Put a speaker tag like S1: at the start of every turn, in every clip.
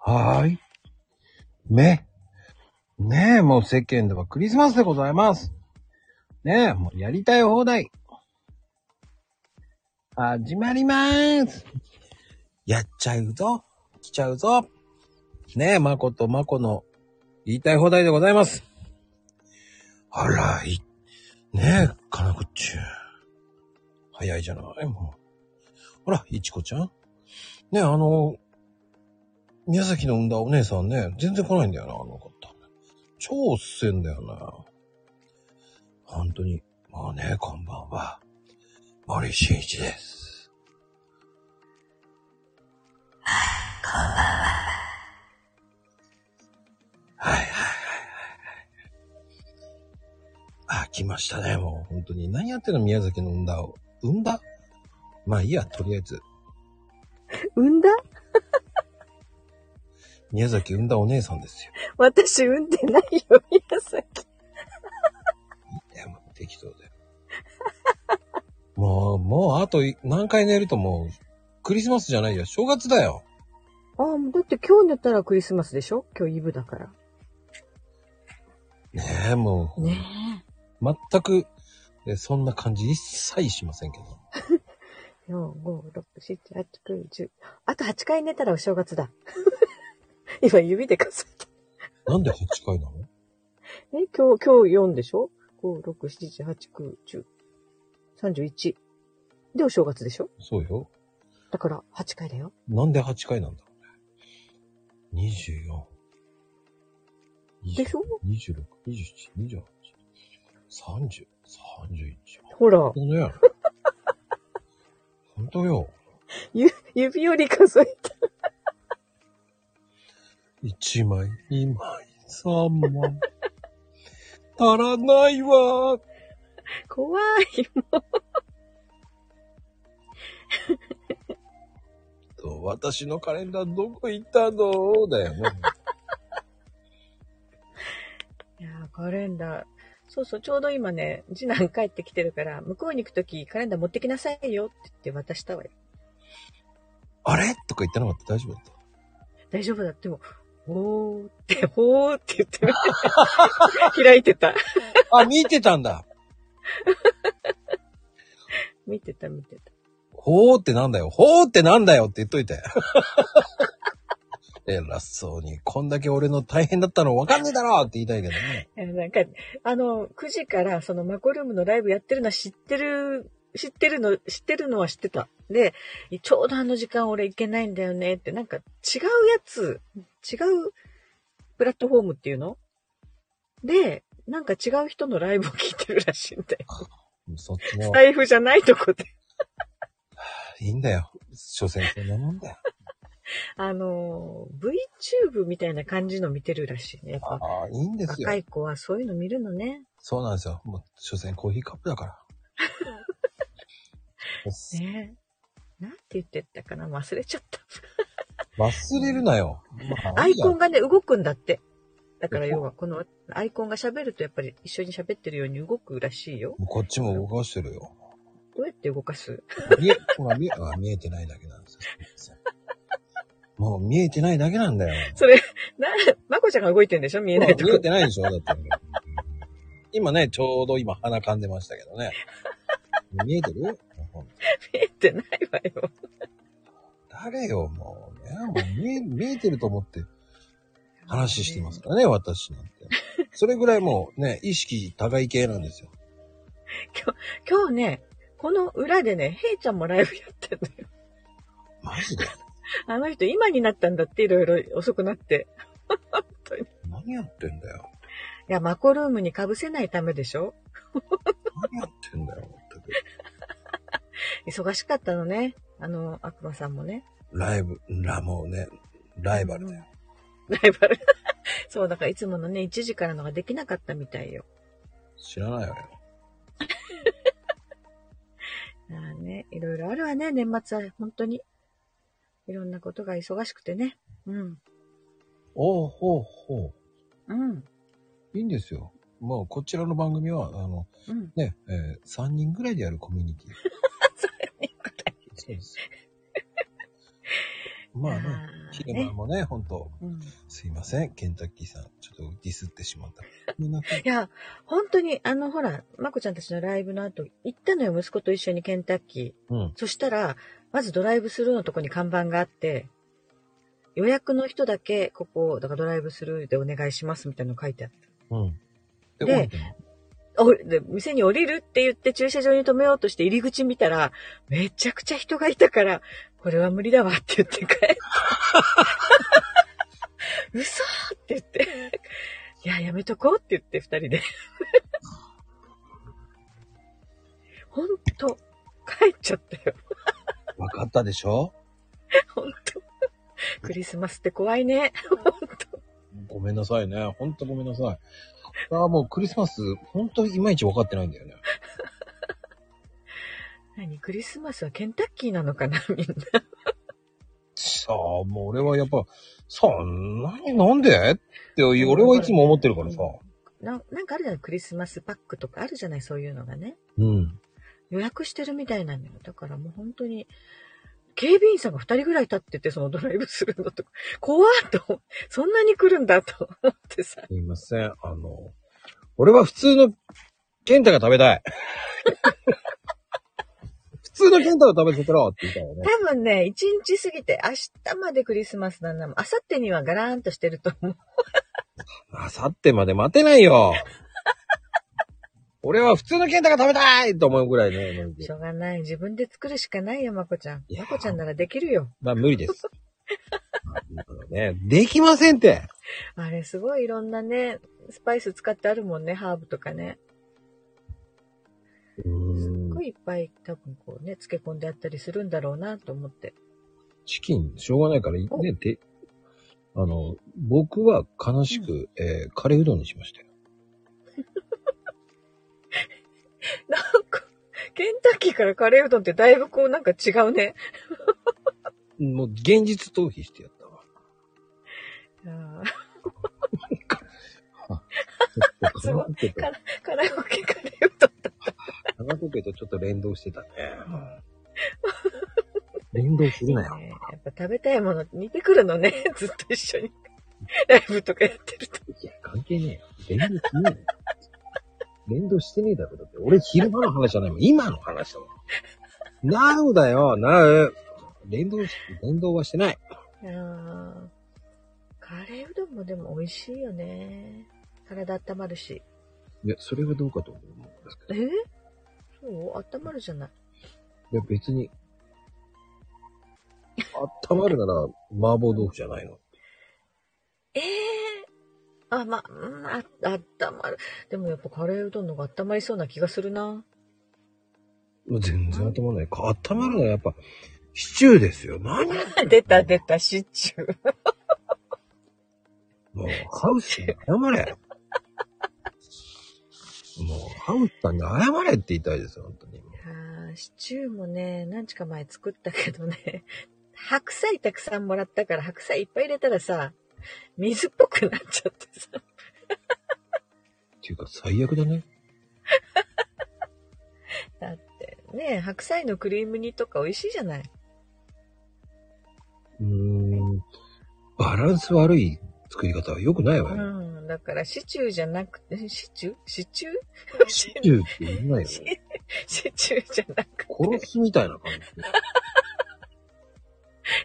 S1: はーい。ね。ねえ、もう世間ではクリスマスでございます。ねえ、もうやりたい放題。始まりまーす。やっちゃうぞ。来ちゃうぞ。ねえ、まことまこの言いたい放題でございます。あら、い、ねえ、かなこっちゅう。早いじゃない、もう。ほら、いちこちゃん。ねえ、あの、宮崎の産んだお姉さんね、全然来ないんだよな、あの方。超おっせんだよな。本当に。まあね、こんばんは。森進一です。こんばんは。はいはいはいはいはい。あ、来ましたね、もう本当に。何やってんの、宮崎の産んだを。産んだまあいいや、とりあえず。
S2: 産んだ
S1: 宮崎産んだお姉さんですよ。
S2: 私産んでないよ、宮崎。
S1: いや、もう適当だよ。 もう、もうあとい何回寝るともう、クリスマスじゃないよ。正月だよ。
S2: ああ、だって今日寝たらクリスマスでしょ今日イブだから。
S1: ねえ、もう、
S2: ね
S1: 全く、えそんな感じ一切しませんけど。
S2: え。4、5、6、7、8、9、10。あと8回寝たらお正月だ。 今指で数えた。
S1: なんで8回なの
S2: え今日、今日4でしょ ?5、6、7、8、9、10。31。でお正月でしょ
S1: そうよ。
S2: だから8回だよ。
S1: なんで8回なんだろうね。24。
S2: でしょ
S1: ?26、27、28、30、31。
S2: ほら、
S1: 本 当ね。本当よ。
S2: ゆ指より数えた。
S1: 一枚、二枚、三枚。 足らないわ。
S2: 怖い。
S1: と、私のカレンダーどこ行ったのだよね。
S2: いやー、カレンダー。そうそう、ちょうど今ね、次男帰ってきてるから、向こうに行くとき、カレンダー持ってきなさいよって言って渡したわよ。
S1: あれとか言ってなかった大丈夫だった
S2: 大丈夫だっても、ほーって、ほーって言ってみて 開いてた。
S1: あ、見てたんだ。
S2: 見てた、見てた。
S1: ほーってなんだよ。ほーってなんだよって言っといて。 偉そうに、こんだけ俺の大変だったの分かんねえだろって言いたいけどね。
S2: いやなんか、あの、9時からそのマコルームのライブやってるのは知ってる、知ってるの、知ってるのは知ってた。で、ちょうどあの時間俺行けないんだよねって、なんか違うやつ、違うプラットフォームっていうので、なんか違う人のライブを聞いてるらしいんで。
S1: そっちの
S2: ス、タイフじゃないとこで。
S1: いいんだよ。所詮そんなもんだよ。
S2: あの、VTube みたいな感じの見てるらしいね。やっ
S1: あ
S2: ぱ
S1: あ、いいんですよ
S2: 若。い子はそういうの見るのね。
S1: そうなんですよ。もう、所詮コーヒーカップだ から。
S2: ねなんて言ってたかな忘れちゃった。
S1: 忘れるなよ。
S2: アイコン
S1: ン。
S2: がね、動くんだって。だから要は、このアイコンが喋るとやっぱり一緒に喋ってるように動くらしいよ。
S1: こっちも動かしてるよ。
S2: どうやって動かす
S1: 見え、ほら見え、あ見えてないだけなんですよ。すいませんもう見えてないだけなんだよ。
S2: それ、な、まこちゃんが動いてんでしょ見えないと
S1: 見え
S2: こ。
S1: てないでしょだって。今ね、ちょうど今鼻噛んでましたけどね。見えてる
S2: 見えてないわよ。
S1: 誰よ、もうね。もう見え見えてると思って話してますからね、私なんて。それぐらいもうね、意識高い系なんですよ。
S2: 今日ね、この裏でね、ヘイちゃんもライブやってんのよ。
S1: マジで
S2: あの人今になったんだって、いろいろ遅くなって。
S1: 何やってんだよ。
S2: いや、マコルームに被せないためでしょ
S1: 何やってんだよ。全く
S2: 忙しかったのね。あの、悪魔さんもね。
S1: ライブ、ラもうね、ライバルだよ。
S2: ライバル。 そう、だからいつものね、1時からのができなかったみたいよ。
S1: 知らないわよ。
S2: まあね、いろいろあるわね、年末は、本当に。いろんなことが忙しくてね。うん。
S1: おうほうほ
S2: うん。
S1: う。いいんですよ。もうこちらの番組は、あの、
S2: うん。
S1: ね、えー、3人ぐらいでやるコミュニ ティ。そうです。まあね、昼間もね、ほんと、
S2: うん
S1: すいません、ケンタッキーさん。ちょっとディスってしまった。ごめんなさい
S2: いや、本当に、あの、ほら、まこちゃんたちのライブの後、行ったのよ、息子と一緒にケンタッキ
S1: うん
S2: ー。。そしたら、まずドライブスルーのとこに看板があって、予約の人だけ、ここ、だからドライブスルーでお願いしますみたいなの書いてあって。
S1: うん。で、降
S2: で
S1: りても
S2: おで店に降りるって言って駐車場に止めようとして入り口見たら、めちゃくちゃ人がいたから、これは無理だわって言って帰る。 嘘って言って。いや、やめとこうって言って二人で。ほんと、帰っちゃったよ。
S1: わかったでしょ
S2: ほんと。クリスマスって怖いね。
S1: ごめんなさいね。ほんとごめんなさい。ああ、もうクリスマス、ほんといまいちわかってないんだよね。
S2: 何クリスマスはケンタッキーなのかなみんな。
S1: さあ、もう俺はやっぱ、そんなになんでって、俺はいつも思ってるからさ。
S2: ななんかあるじゃないクリスマスパックとかあるじゃないそういうのがね。
S1: うん。
S2: 予約してるみたいなのよ。だからもう本当に、警備員さんが二人ぐらい立ってて、そのドライブするのとか、怖っと思う、そんなに来るんだと思ってさ。
S1: すいません。あの、俺は普通の、ケンタが食べ たい。普通のケンタを食べさせろって言ったよね。
S2: 多分ね、一日過ぎて明日までクリスマスなんだもん。明後日にはガラーンとしてると思う。
S1: あさってまで待てないよ。俺は普通のケンタが食べたいと思うぐらいね。マジ
S2: し
S1: で
S2: ょうがない。自分で作るしかないよ、まこちゃん
S1: い。や
S2: まこちゃんならできるよ。
S1: まあ無理です。ね、できませんって。
S2: あれすごいいろんなね、スパイス使ってあるもんね、ハーブとかね。
S1: う
S2: すっ
S1: ー
S2: ご
S1: ん
S2: いいっぱい多分こうね、漬け込んであったりするんだろうなと思って。
S1: チキン、しょうがないから、ね
S2: お、
S1: で、あの、僕は悲しく、えーカレーうどんにしましたよ。
S2: なんか、ケンタッキーからカレーうどんってだいぶこうなんか違うね。
S1: もう現実逃避してやったわ。
S2: あ
S1: カラオケと、
S2: カラーカラオケカレーうどんだ。
S1: カラオケとちょっと連動してたね。連動するなよ。
S2: ねやっぱ食べたいもの似てくるのね。 ずっと一緒に。ライブとかやってると。
S1: いや、関係ねえよ。連動しねえよ。連動してねえだろ。だって俺昼間の話じゃないもん。今の話だもん。なうだよ、なう。連動し、連動はしてない。
S2: あーカレーうどんもでも美味しいよね。体温まるし。
S1: いや、それはどうかと思うんですけ
S2: えそう温まるじゃない。
S1: ど。いや、別に。温まるなら、麻婆豆腐じゃないの。
S2: ええあ、ま、うんあ、温まる。でもやっぱカレーうどんの方が温まりそうな気がするな。
S1: もう全然温まらない。か温まるのはやっぱ、シチューですよ。何
S2: 出た出た、シチュー。
S1: もう、ハウスに謝れ。もう、ハウスさんに謝れって言いたいですよ、本当に。
S2: あーシチューもね、何日か前作ったけどね、 白菜たくさんもらったから、白菜いっぱい入れたらさ、水っぽくなっちゃってさ。
S1: っていうか、最悪だね。
S2: だってね、白菜のクリーム煮とか美味しいじゃない。
S1: うーん。バランス悪い作り方は良くないわ
S2: う
S1: よ。
S2: ん。だからシチューじゃなくて、シチューシチューシ
S1: シチューって言わないよ。
S2: シシチューじゃなくて、
S1: 殺すみたいな感じで。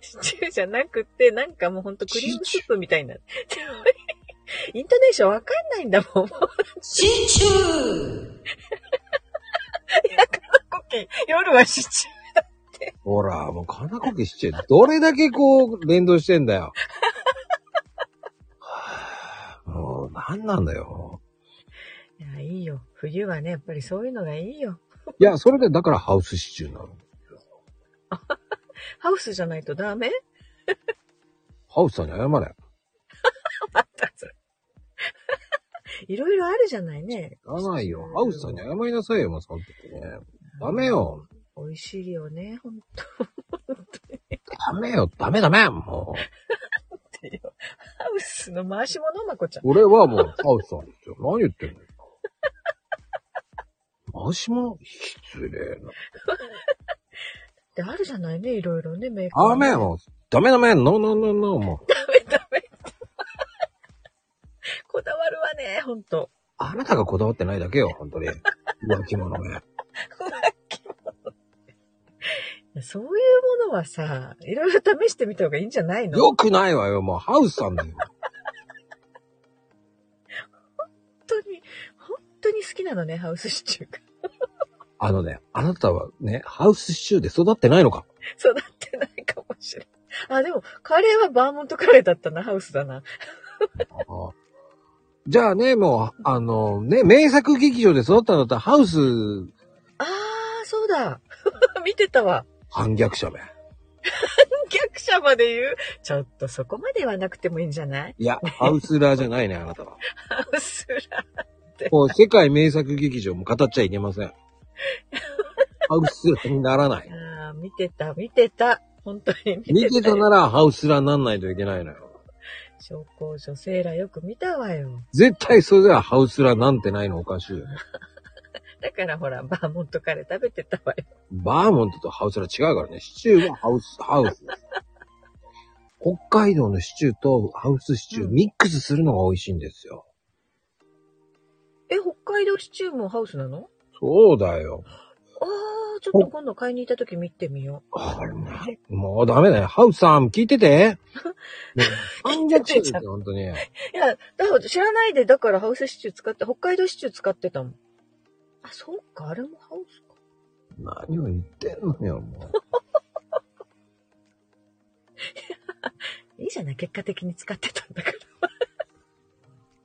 S2: シチューじゃなくて、なんかもうほんとクリームスープみたいな。イントネーションわかんないんだもん。もう
S1: シチュー
S2: コッキー夜はシチュー。
S1: ほら、もう、かなこけシチュー。どれだけこう、連動してんだよ。はぁもう、なんなんだよ。
S2: いや、いいよ。冬はね、やっぱりそういうのがいいよ。
S1: いや、それで、だからハウスシチューなの。
S2: ハウスじゃないとダメ
S1: ハウスさんに謝れ。
S2: またそれ。いろいろあるじゃないね。
S1: いらないよ。ハウスさんに謝りなさいよ、マスカットってね。ダメよ。
S2: 美味しいよね、ほんと
S1: ダメよ。ダメダメ。もう。
S2: よ。ハウスの回し物まこちゃん。
S1: 俺はもう、ハウスさんですよ。何言ってんのよ。回しも失礼な。
S2: ってあるじゃないね、いろいろね、メイク、
S1: あーめん
S2: ダ
S1: を、ダメダメ、ノーノーノーノーもう。
S2: メダメ。こだわるわね、ほんと。
S1: あなたがこだわってないだけよ、本当に。浮気者め。
S2: そういうものはさ、いろいろ試してみた方がいいんじゃないの
S1: よくないわよ、もうハウスさんだよ。
S2: 本当に、本当に好きなのね、ハウスシチューが。
S1: あのね、あなたはね、ハウスシチューで育ってないのか。
S2: 育ってないかもしれない。あ、でも、カレーはバーモントカレーだったな、ハウスだな。
S1: あじゃあね、もう、あの、ね、名作劇場で育ったんだったら、ハウス
S2: あー、そうだ。 見てたわ。
S1: 反逆者め。
S2: 逆者まで言う。ちょっとそこまではなくてもいいんじゃない
S1: いや、ハウスラーじゃないね、あなたは。
S2: ハウスラ
S1: もう、世界名作劇場も語っちゃいけません。ハウスラーにならない。
S2: ー。あー、見てた、見てた。本当に見
S1: 見
S2: て
S1: て
S2: た
S1: た
S2: よ。
S1: なら、ハウスラーになんないといけないのよ。
S2: 証拠女性らよく見たわよ。
S1: 絶対それではハウスラーなんてないのおかしいよね。
S2: だからほら、バーモントカレー食べてたわよ。
S1: バーモントとハウスラー違うからね。シチューはハウス、ハウスです。北海道のシチューとハウスシチュー
S2: うん
S1: ミックスするのが美味しいんですよ。
S2: え、北海道シチューもハウスなの
S1: そうだよ。
S2: あー、ちょっと今度買いに行った時見てみよ
S1: あれ、ないもうダメだよ。ハウスさん、聞いて て。もう、反逆者ですよ、本当に。
S2: う。いや、だから知らないで、だからハウスシチュー使って、北海道シチュー使ってたもん。あ、そうか、あれもハウスか。
S1: 何を言ってんのよ、もう。
S2: いいじゃない、結果的に使ってたんだから。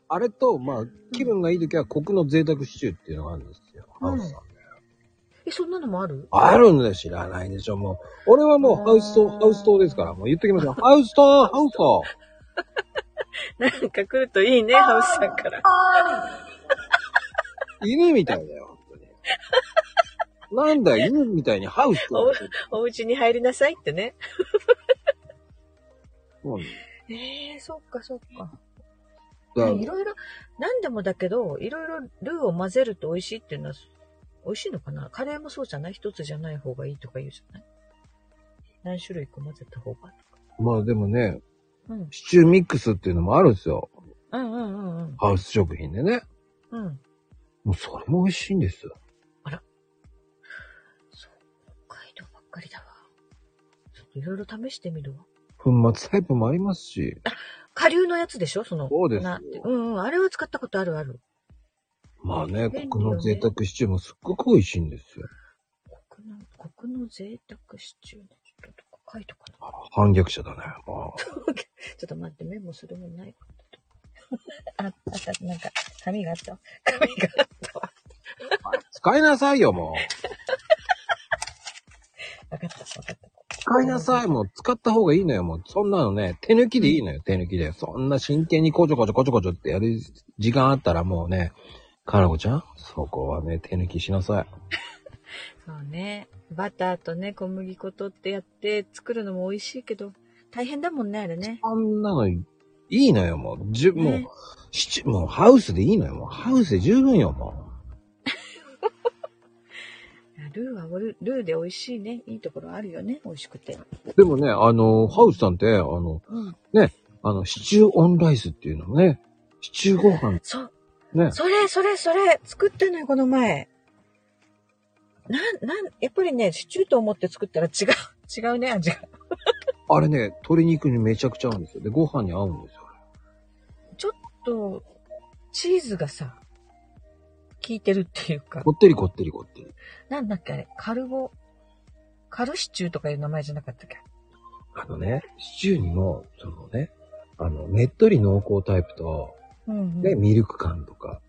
S1: あれと、まあ、気分がいい時はコクの贅沢シチューっていうのがあるんですよ。ハウスさん。
S2: え、そんなのもある
S1: あるんだよ、知らないでしょ、もう。俺はもうハウス島、ハウス島ですから、もう言っときますよ。ハウス島、ハウス島。
S2: なんか来るといいね、ハウスさんから。
S1: 犬みたいだよ、本当に。なんだよ、犬みたいにハウス
S2: お
S1: と。
S2: お家に入りなさいってね。
S1: うん
S2: えー、そっかそっか。
S1: だ
S2: いろいろ、何でもだけど、いろいろルーを混ぜると美味しいっていうのは、美味しいのかなカレーもそうじゃない一つじゃない方がいいとか言うじゃない何種類か混ぜた方が。
S1: まあでもね、
S2: うん。
S1: シチューミックスっていうのもあるんですよ。
S2: うんうんうんうん。
S1: ハウス食品でね。
S2: うん。
S1: もうそれも美味しいんですよ。
S2: そう。北海道ばっかりだわ。ちょっといろいろ試してみるわ。
S1: 粉末タイプもありますし。
S2: 下流のやつでしょその。
S1: そうですよ
S2: なうんうん。あれは使ったことあるある。
S1: まあね、
S2: 便利よね
S1: コクの贅沢シチューもすっごく美味しいんですよ。
S2: コクの、コクの贅沢シチューのちょっとどこ書いとかな。
S1: 反逆者だね。まあ、
S2: ちょっと待って、メモするもんないか った。あ、あった、なんか、紙があったわ。紙があったわ。
S1: 使いなさいよ、も
S2: わかった、わかった。
S1: う。使いなさい、もう。使った方がいいのよ、もう。そんなのね、手抜きでいいのよ、手抜きで。そんな真剣にこちょこちょこちょこちょってやる時間あったらもうね、かなこちゃん、そこはね、手抜きしなさい。
S2: そうね。バターとね、小麦粉とってやって作るのも美味しいけど、大変だもんね、あれね。
S1: そんなのいいのよ、もう。じゅ、もう
S2: ね、
S1: しち、もうハウスでいいのよ、もう。ハウスで十分よ、も
S2: ルーはルルーで美味しいね。いいところあるよね、美味しくて。
S1: う。でもね、あの、ハウスさんって、あの、
S2: うん。
S1: あの、シチューオンライスっていうのもね、シチューご飯、
S2: そう。
S1: ね。
S2: それ、それ、それ、作ったのよ、この前。なん、なん、やっぱりね、シチューと思って作ったら違う。 違うね、味が。
S1: あれね、鶏肉にめちゃくちゃ合うんですよ。で、ご飯に合うんですよ。
S2: ちょっと、チーズがさ、効いてるっていうか
S1: こ、ってりこってりこってり。
S2: なんだっけあれ、カルボ、カルシチューとかいう名前じゃなかったっけ
S1: あのね、シチューにも、そのね、あの、ねっとり濃厚タイプと、
S2: うん、うん。
S1: ね、ミルク感とか、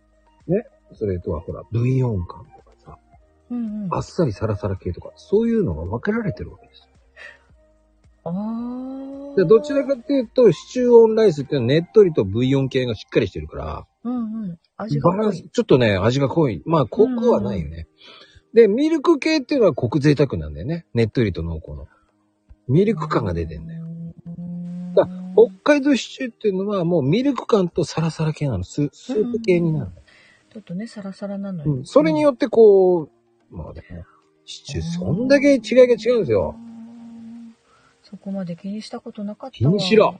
S1: ね、それとはほら、ブイヨン感とかさ、
S2: うんうん。
S1: あっさりサラサラ系とか、そういうのが分けられてるわけですよ。
S2: あー
S1: でどちらかっていうと、シチューオンライスっていうのはねっとりとブイヨン系がしっかりしてるから、
S2: うんうん。味が
S1: バラ
S2: 濃
S1: ンス、
S2: い。
S1: ちょっとね、味が濃い。まあ、濃くはないよね。で、ミルク系っていうのはコク贅沢なんだよね。ねっとりと濃厚の。ミルク感が出てんだよ。
S2: うん。
S1: だ北海道シチューっていうのはもうミルク感とサラサラ系なの。ススープ系になる、
S2: ちょっとね、サラサラなの
S1: う
S2: よ。
S1: んそれによってこう、まあね、しそんだけ違いが違うんですよ。
S2: そこまで気にしたことなかった
S1: 気にしろ。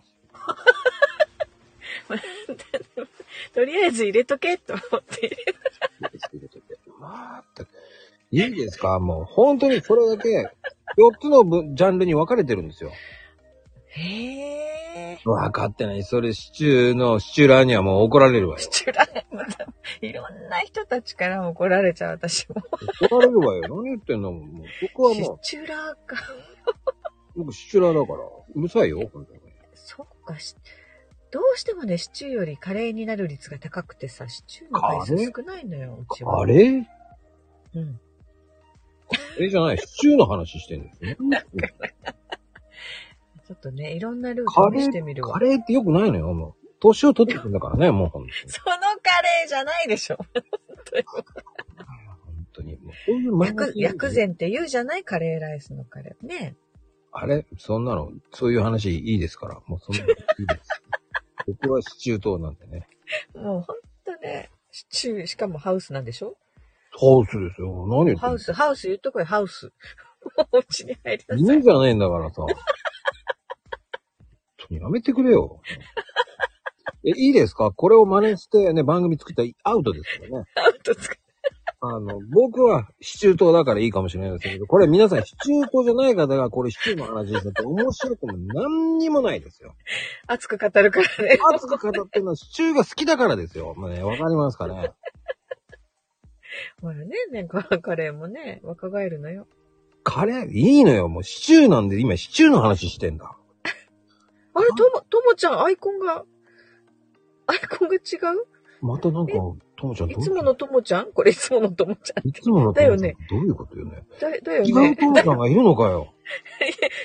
S2: とりあえず入れとけと思って。
S1: まったくいいですかもう本当にそれだけ4つのぶジャンルに分かれてるんですよ。
S2: へえ。
S1: 分かってない。それシチューのシチューラーにはもう怒られるわよ
S2: シ。チュラーまたいろんな人たちから怒られちゃう、私も。
S1: 怒られるわよ。何言ってんのもう僕は
S2: シ
S1: も
S2: チュラーか。
S1: う、僕シチューラーだから。うるさいよ、本当に。
S2: そっか、しどうしてもね、シチューよりカレーになる率が高くてさ、シチューの回数
S1: カレー
S2: 少ないのよ、うちは。
S1: カレー
S2: うん。
S1: カレーじゃない。シチューの話してるんですよ。
S2: ちょっとね、いろんなルー
S1: カ
S2: トに
S1: レ
S2: してみる
S1: ー、カ
S2: わ。
S1: レーって良くないのよ、もう。年を取ってくんだからね、もう本当に。
S2: そのカレーじゃないでしょ。
S1: 本当に。もうそういうマイナ
S2: 薬
S1: ス、
S2: 薬膳って言うじゃないカレーライスのカレー。ね
S1: あれそんなの、そういう話いいですから。もうそんなのいいです。僕はシチュー等なんてね。
S2: えもうほんとね、シチュー、しかもハウスなんでしょ
S1: ハウスですよ。何言って
S2: ハ
S1: んの
S2: ウス、ハウス言っとこい、ハウス。 お家に入りなさい。
S1: 犬じゃないんだからさ。本当にやめてくれよ。え、いいですかこれを真似してね、番組作ったらアウトですからね。
S2: アウトつく。
S1: あの、僕はシチュー糖だからいいかもしれないですけど、これ皆さんシチュー糖じゃない方がこれシチューの話してて面白くも何にもないですよ。
S2: 熱く語るからね。
S1: 熱く語ってるのはシチューが好きだからですよ。まあね、わかりますかね。
S2: ほらね、ね、カレーもね、若返るのよ。
S1: カレー、いいのよ。もうシチューなんで今シチューの話してんだ。
S2: あれ、とも、ともちゃん、アイコンが、アイコンが違う
S1: またなんか、ともちゃんど
S2: いうつものともちゃんこれいつものともちゃん。
S1: いつもの
S2: だよね。
S1: どういうことよね。
S2: だ、だよ
S1: 違う
S2: ね。
S1: ともちゃんがいるのかよ。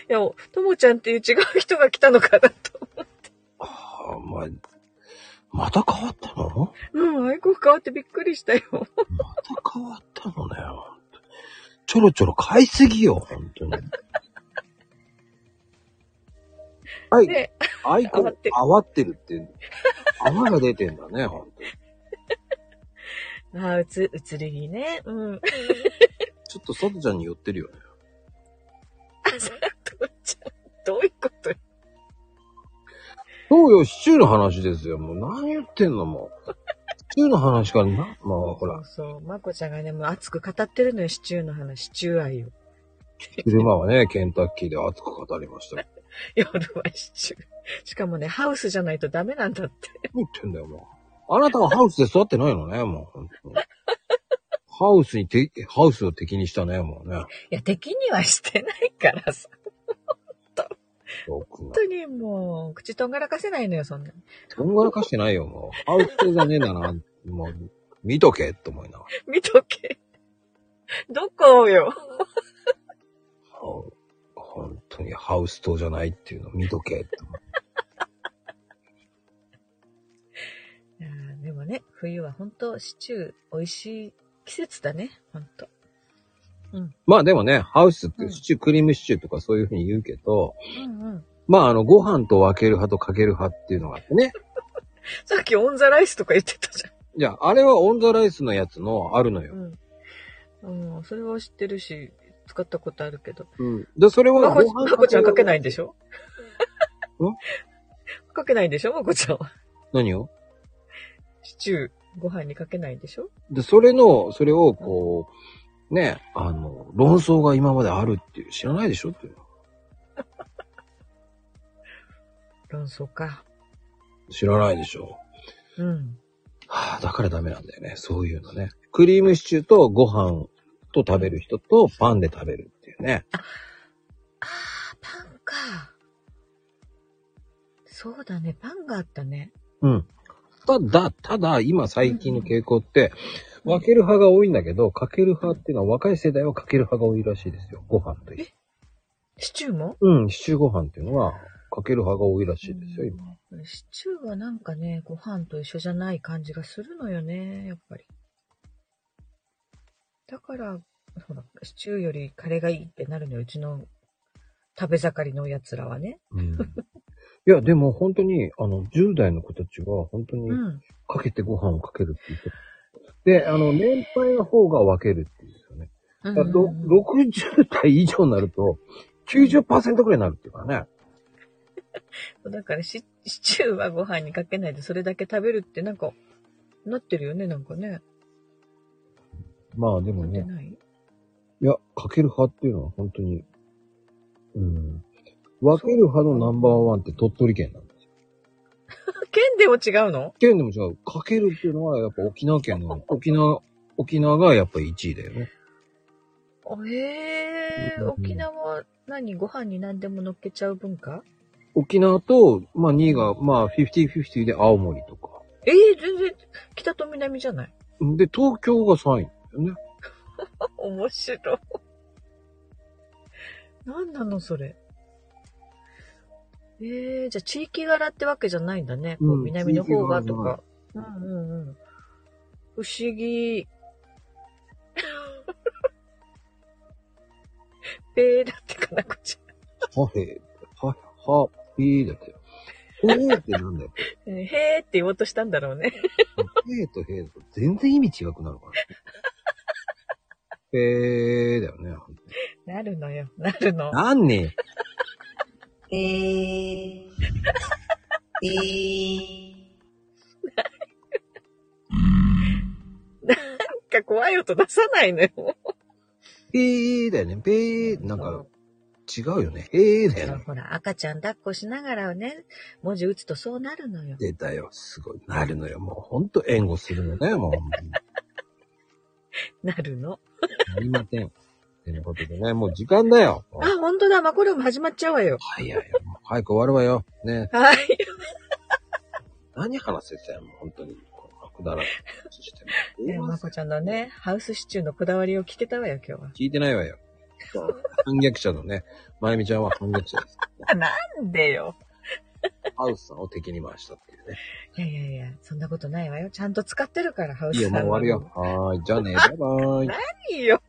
S2: いや、ともちゃんっていう違う人が来たのかなと。
S1: あお前、また変わったの
S2: うん、アイコン変わってびっくりしたよ。
S1: また変わったのね。ほんとちょろちょろ買いすぎよ、本 当に。はい、
S2: ね、
S1: アイコ
S2: 泡
S1: ン
S2: って、
S1: 泡ってるって、泡が出てんだね、本当に。
S2: ああ、うつ、移り気ね。うん。
S1: ちょっとサトちゃんに寄ってるよね。
S2: あ、そらともちゃん、どういうこと
S1: そうよ、シチューの話ですよ。もう何言ってんの、もう。シチューの話からな、まあほら、
S2: そうそう、まこちゃんがね、もう熱く語ってるのよ、シチューの話、シチュー愛を。
S1: 昼間はね、ケンタッキーで熱く語りました。
S2: 夜はシチュー。しかもね、ハウスじゃないとダメなんだって。
S1: 何言ってんだよ、もう。あなたはハウスで育ってないのね、もう本当に。ハウスにて、ハウスを敵にしたね、もうね。
S2: いや、敵にはしてないからさ。
S1: よくな
S2: 本当にもう、口とんがらかせないのよ、そんな。
S1: とんがらかしてないよ、もう。ハウスじゃねえんだな、もう、見とけ、と思いながら。
S2: 見とけ。どこをよ。
S1: ほん本当にハウス島じゃないっていうの見とけ、と思う
S2: いやーでもね、冬は本当シチュー、美味しい季節だね、本当
S1: まあでもね、ハウスっ
S2: う
S1: て
S2: ん
S1: シチュー、クリームシチューとかそういうふうに言うけど、
S2: うんうん。
S1: まあ、あの、ご飯と分ける派とかける派っていうのがあってね。
S2: さっきオンザライスとか言ってたじ
S1: いや、あれはオンザライスのやつのあるの
S2: ゃ
S1: よ。
S2: ん。うん。うん、それは知ってるし、使ったことあるけど。
S1: うん。で、それは
S2: まこ
S1: ご飯
S2: まこちゃんかけないんでし
S1: ょ
S2: ょ
S1: ん
S2: かけないんでしょまこちゃんは。
S1: 何を
S2: シチュー、ご飯にかけないんでしょ
S1: で、それの、それをこう、ね、あの、論争が今まであるっていう、知らないでしょっていうの。
S2: 論争か。
S1: 知らないでしょ。
S2: うん。
S1: はあ、だからダメなんだよね。そういうのね。クリームシチューとご飯と食べる人とパンで食べるっていうね。
S2: ああ、パンか。そうだね、パンがあったね。
S1: うん。ただ、ただ、今最近の傾向って、分ける派が多いんだけど、かける派っていうのは若い世代はかける派が多いらしいですよ。ご飯と一緒に
S2: シチューも
S1: うん、シチューご飯っていうのは、かける派が多いらしいですよ、今。
S2: うんシチューはなんかね、ご飯と一緒じゃない感じがするのよね、やっぱり。だから、ほら、シチューよりカレーがいいってなるのよ、うちの食べ盛りのやつらはね。
S1: うん。いや、でも本当に、あの、10代の子たちは、本当
S2: う
S1: に、
S2: ん。
S1: かけてご飯をかけるって言って、で、あの、年配の方が分けるっていうんですよね。
S2: う
S1: だ
S2: ん
S1: からろ60代以上になると、90%くらいになるっていうからね。
S2: だからシシチューはご飯にかけないでそれだけ食べるってなんか、なってるよね、なんかね。
S1: まあでも
S2: なって
S1: ね、
S2: ない
S1: いや、かける派っていうのは本当に、うん。分ける派のナンバーワンって鳥取県なんです。
S2: 県でも違うの
S1: 県でも違う。かけるっていうのはやっぱ沖縄県の、沖縄、沖縄がやっぱ1位だよね。
S2: ええ
S1: うん
S2: ー、沖縄は何ご飯に何でも乗っけちゃう文化
S1: 沖縄と、まあ2位が、まあ50-50で青森とか。
S2: ええー、全然、北と南じゃない
S1: で、東京が3位なんだよね。
S2: 面白い。何なの、それ。ええー、じゃあ地域柄ってわけじゃないんだね。こう
S1: うん
S2: 南の方がとか。
S1: 地域
S2: うん
S1: 柄
S2: うんうん。不思議。 ペーだってかな、こっち。
S1: ハフェ、ハ、ハピーだって。ホーってなんだよ。
S2: えーへーって言おうとしたんだろうね。
S1: ヘーとヘーと全然意味違くなるから。へーだよね。
S2: なるのよ。なるの。
S1: なんね
S3: え
S1: え。
S3: ー、えー、
S2: なんか怖い音出さないのよ。
S1: へーだよね。へー、なんか違うよね。へーだよね。
S2: ほら、赤ちゃん抱っこしながらね、文字打つとそうなるのよ。
S1: 出たよ。すごい。なるのよ。もうほんと援護するのね。もうほんとに。
S2: なるの。
S1: なりません。てなことでね、もう時間だよ。もう
S2: あ、本当だ。マコルーム始まっちゃうわよ。
S1: 早いよ。もう早く終わるわよ。ね。
S2: はい。
S1: 何話せてたよ。もうほんとに。このくだらない話しても。
S2: ねマコちゃんのね、ハウスシチューのこだわりを聞けたわよ、今日は。
S1: 聞いてないわよ。反逆者のね、まゆみちゃんは反逆者です。
S2: なんでよ。
S1: ハウスさんを敵に回したっていうね。
S2: いやいやいや、そんなことないわよ。ちゃんと使ってるから、ハウ
S1: いい
S2: ス
S1: よ、もう終わるよ。はーい。じゃあね、バイバーイ。
S2: いいよ。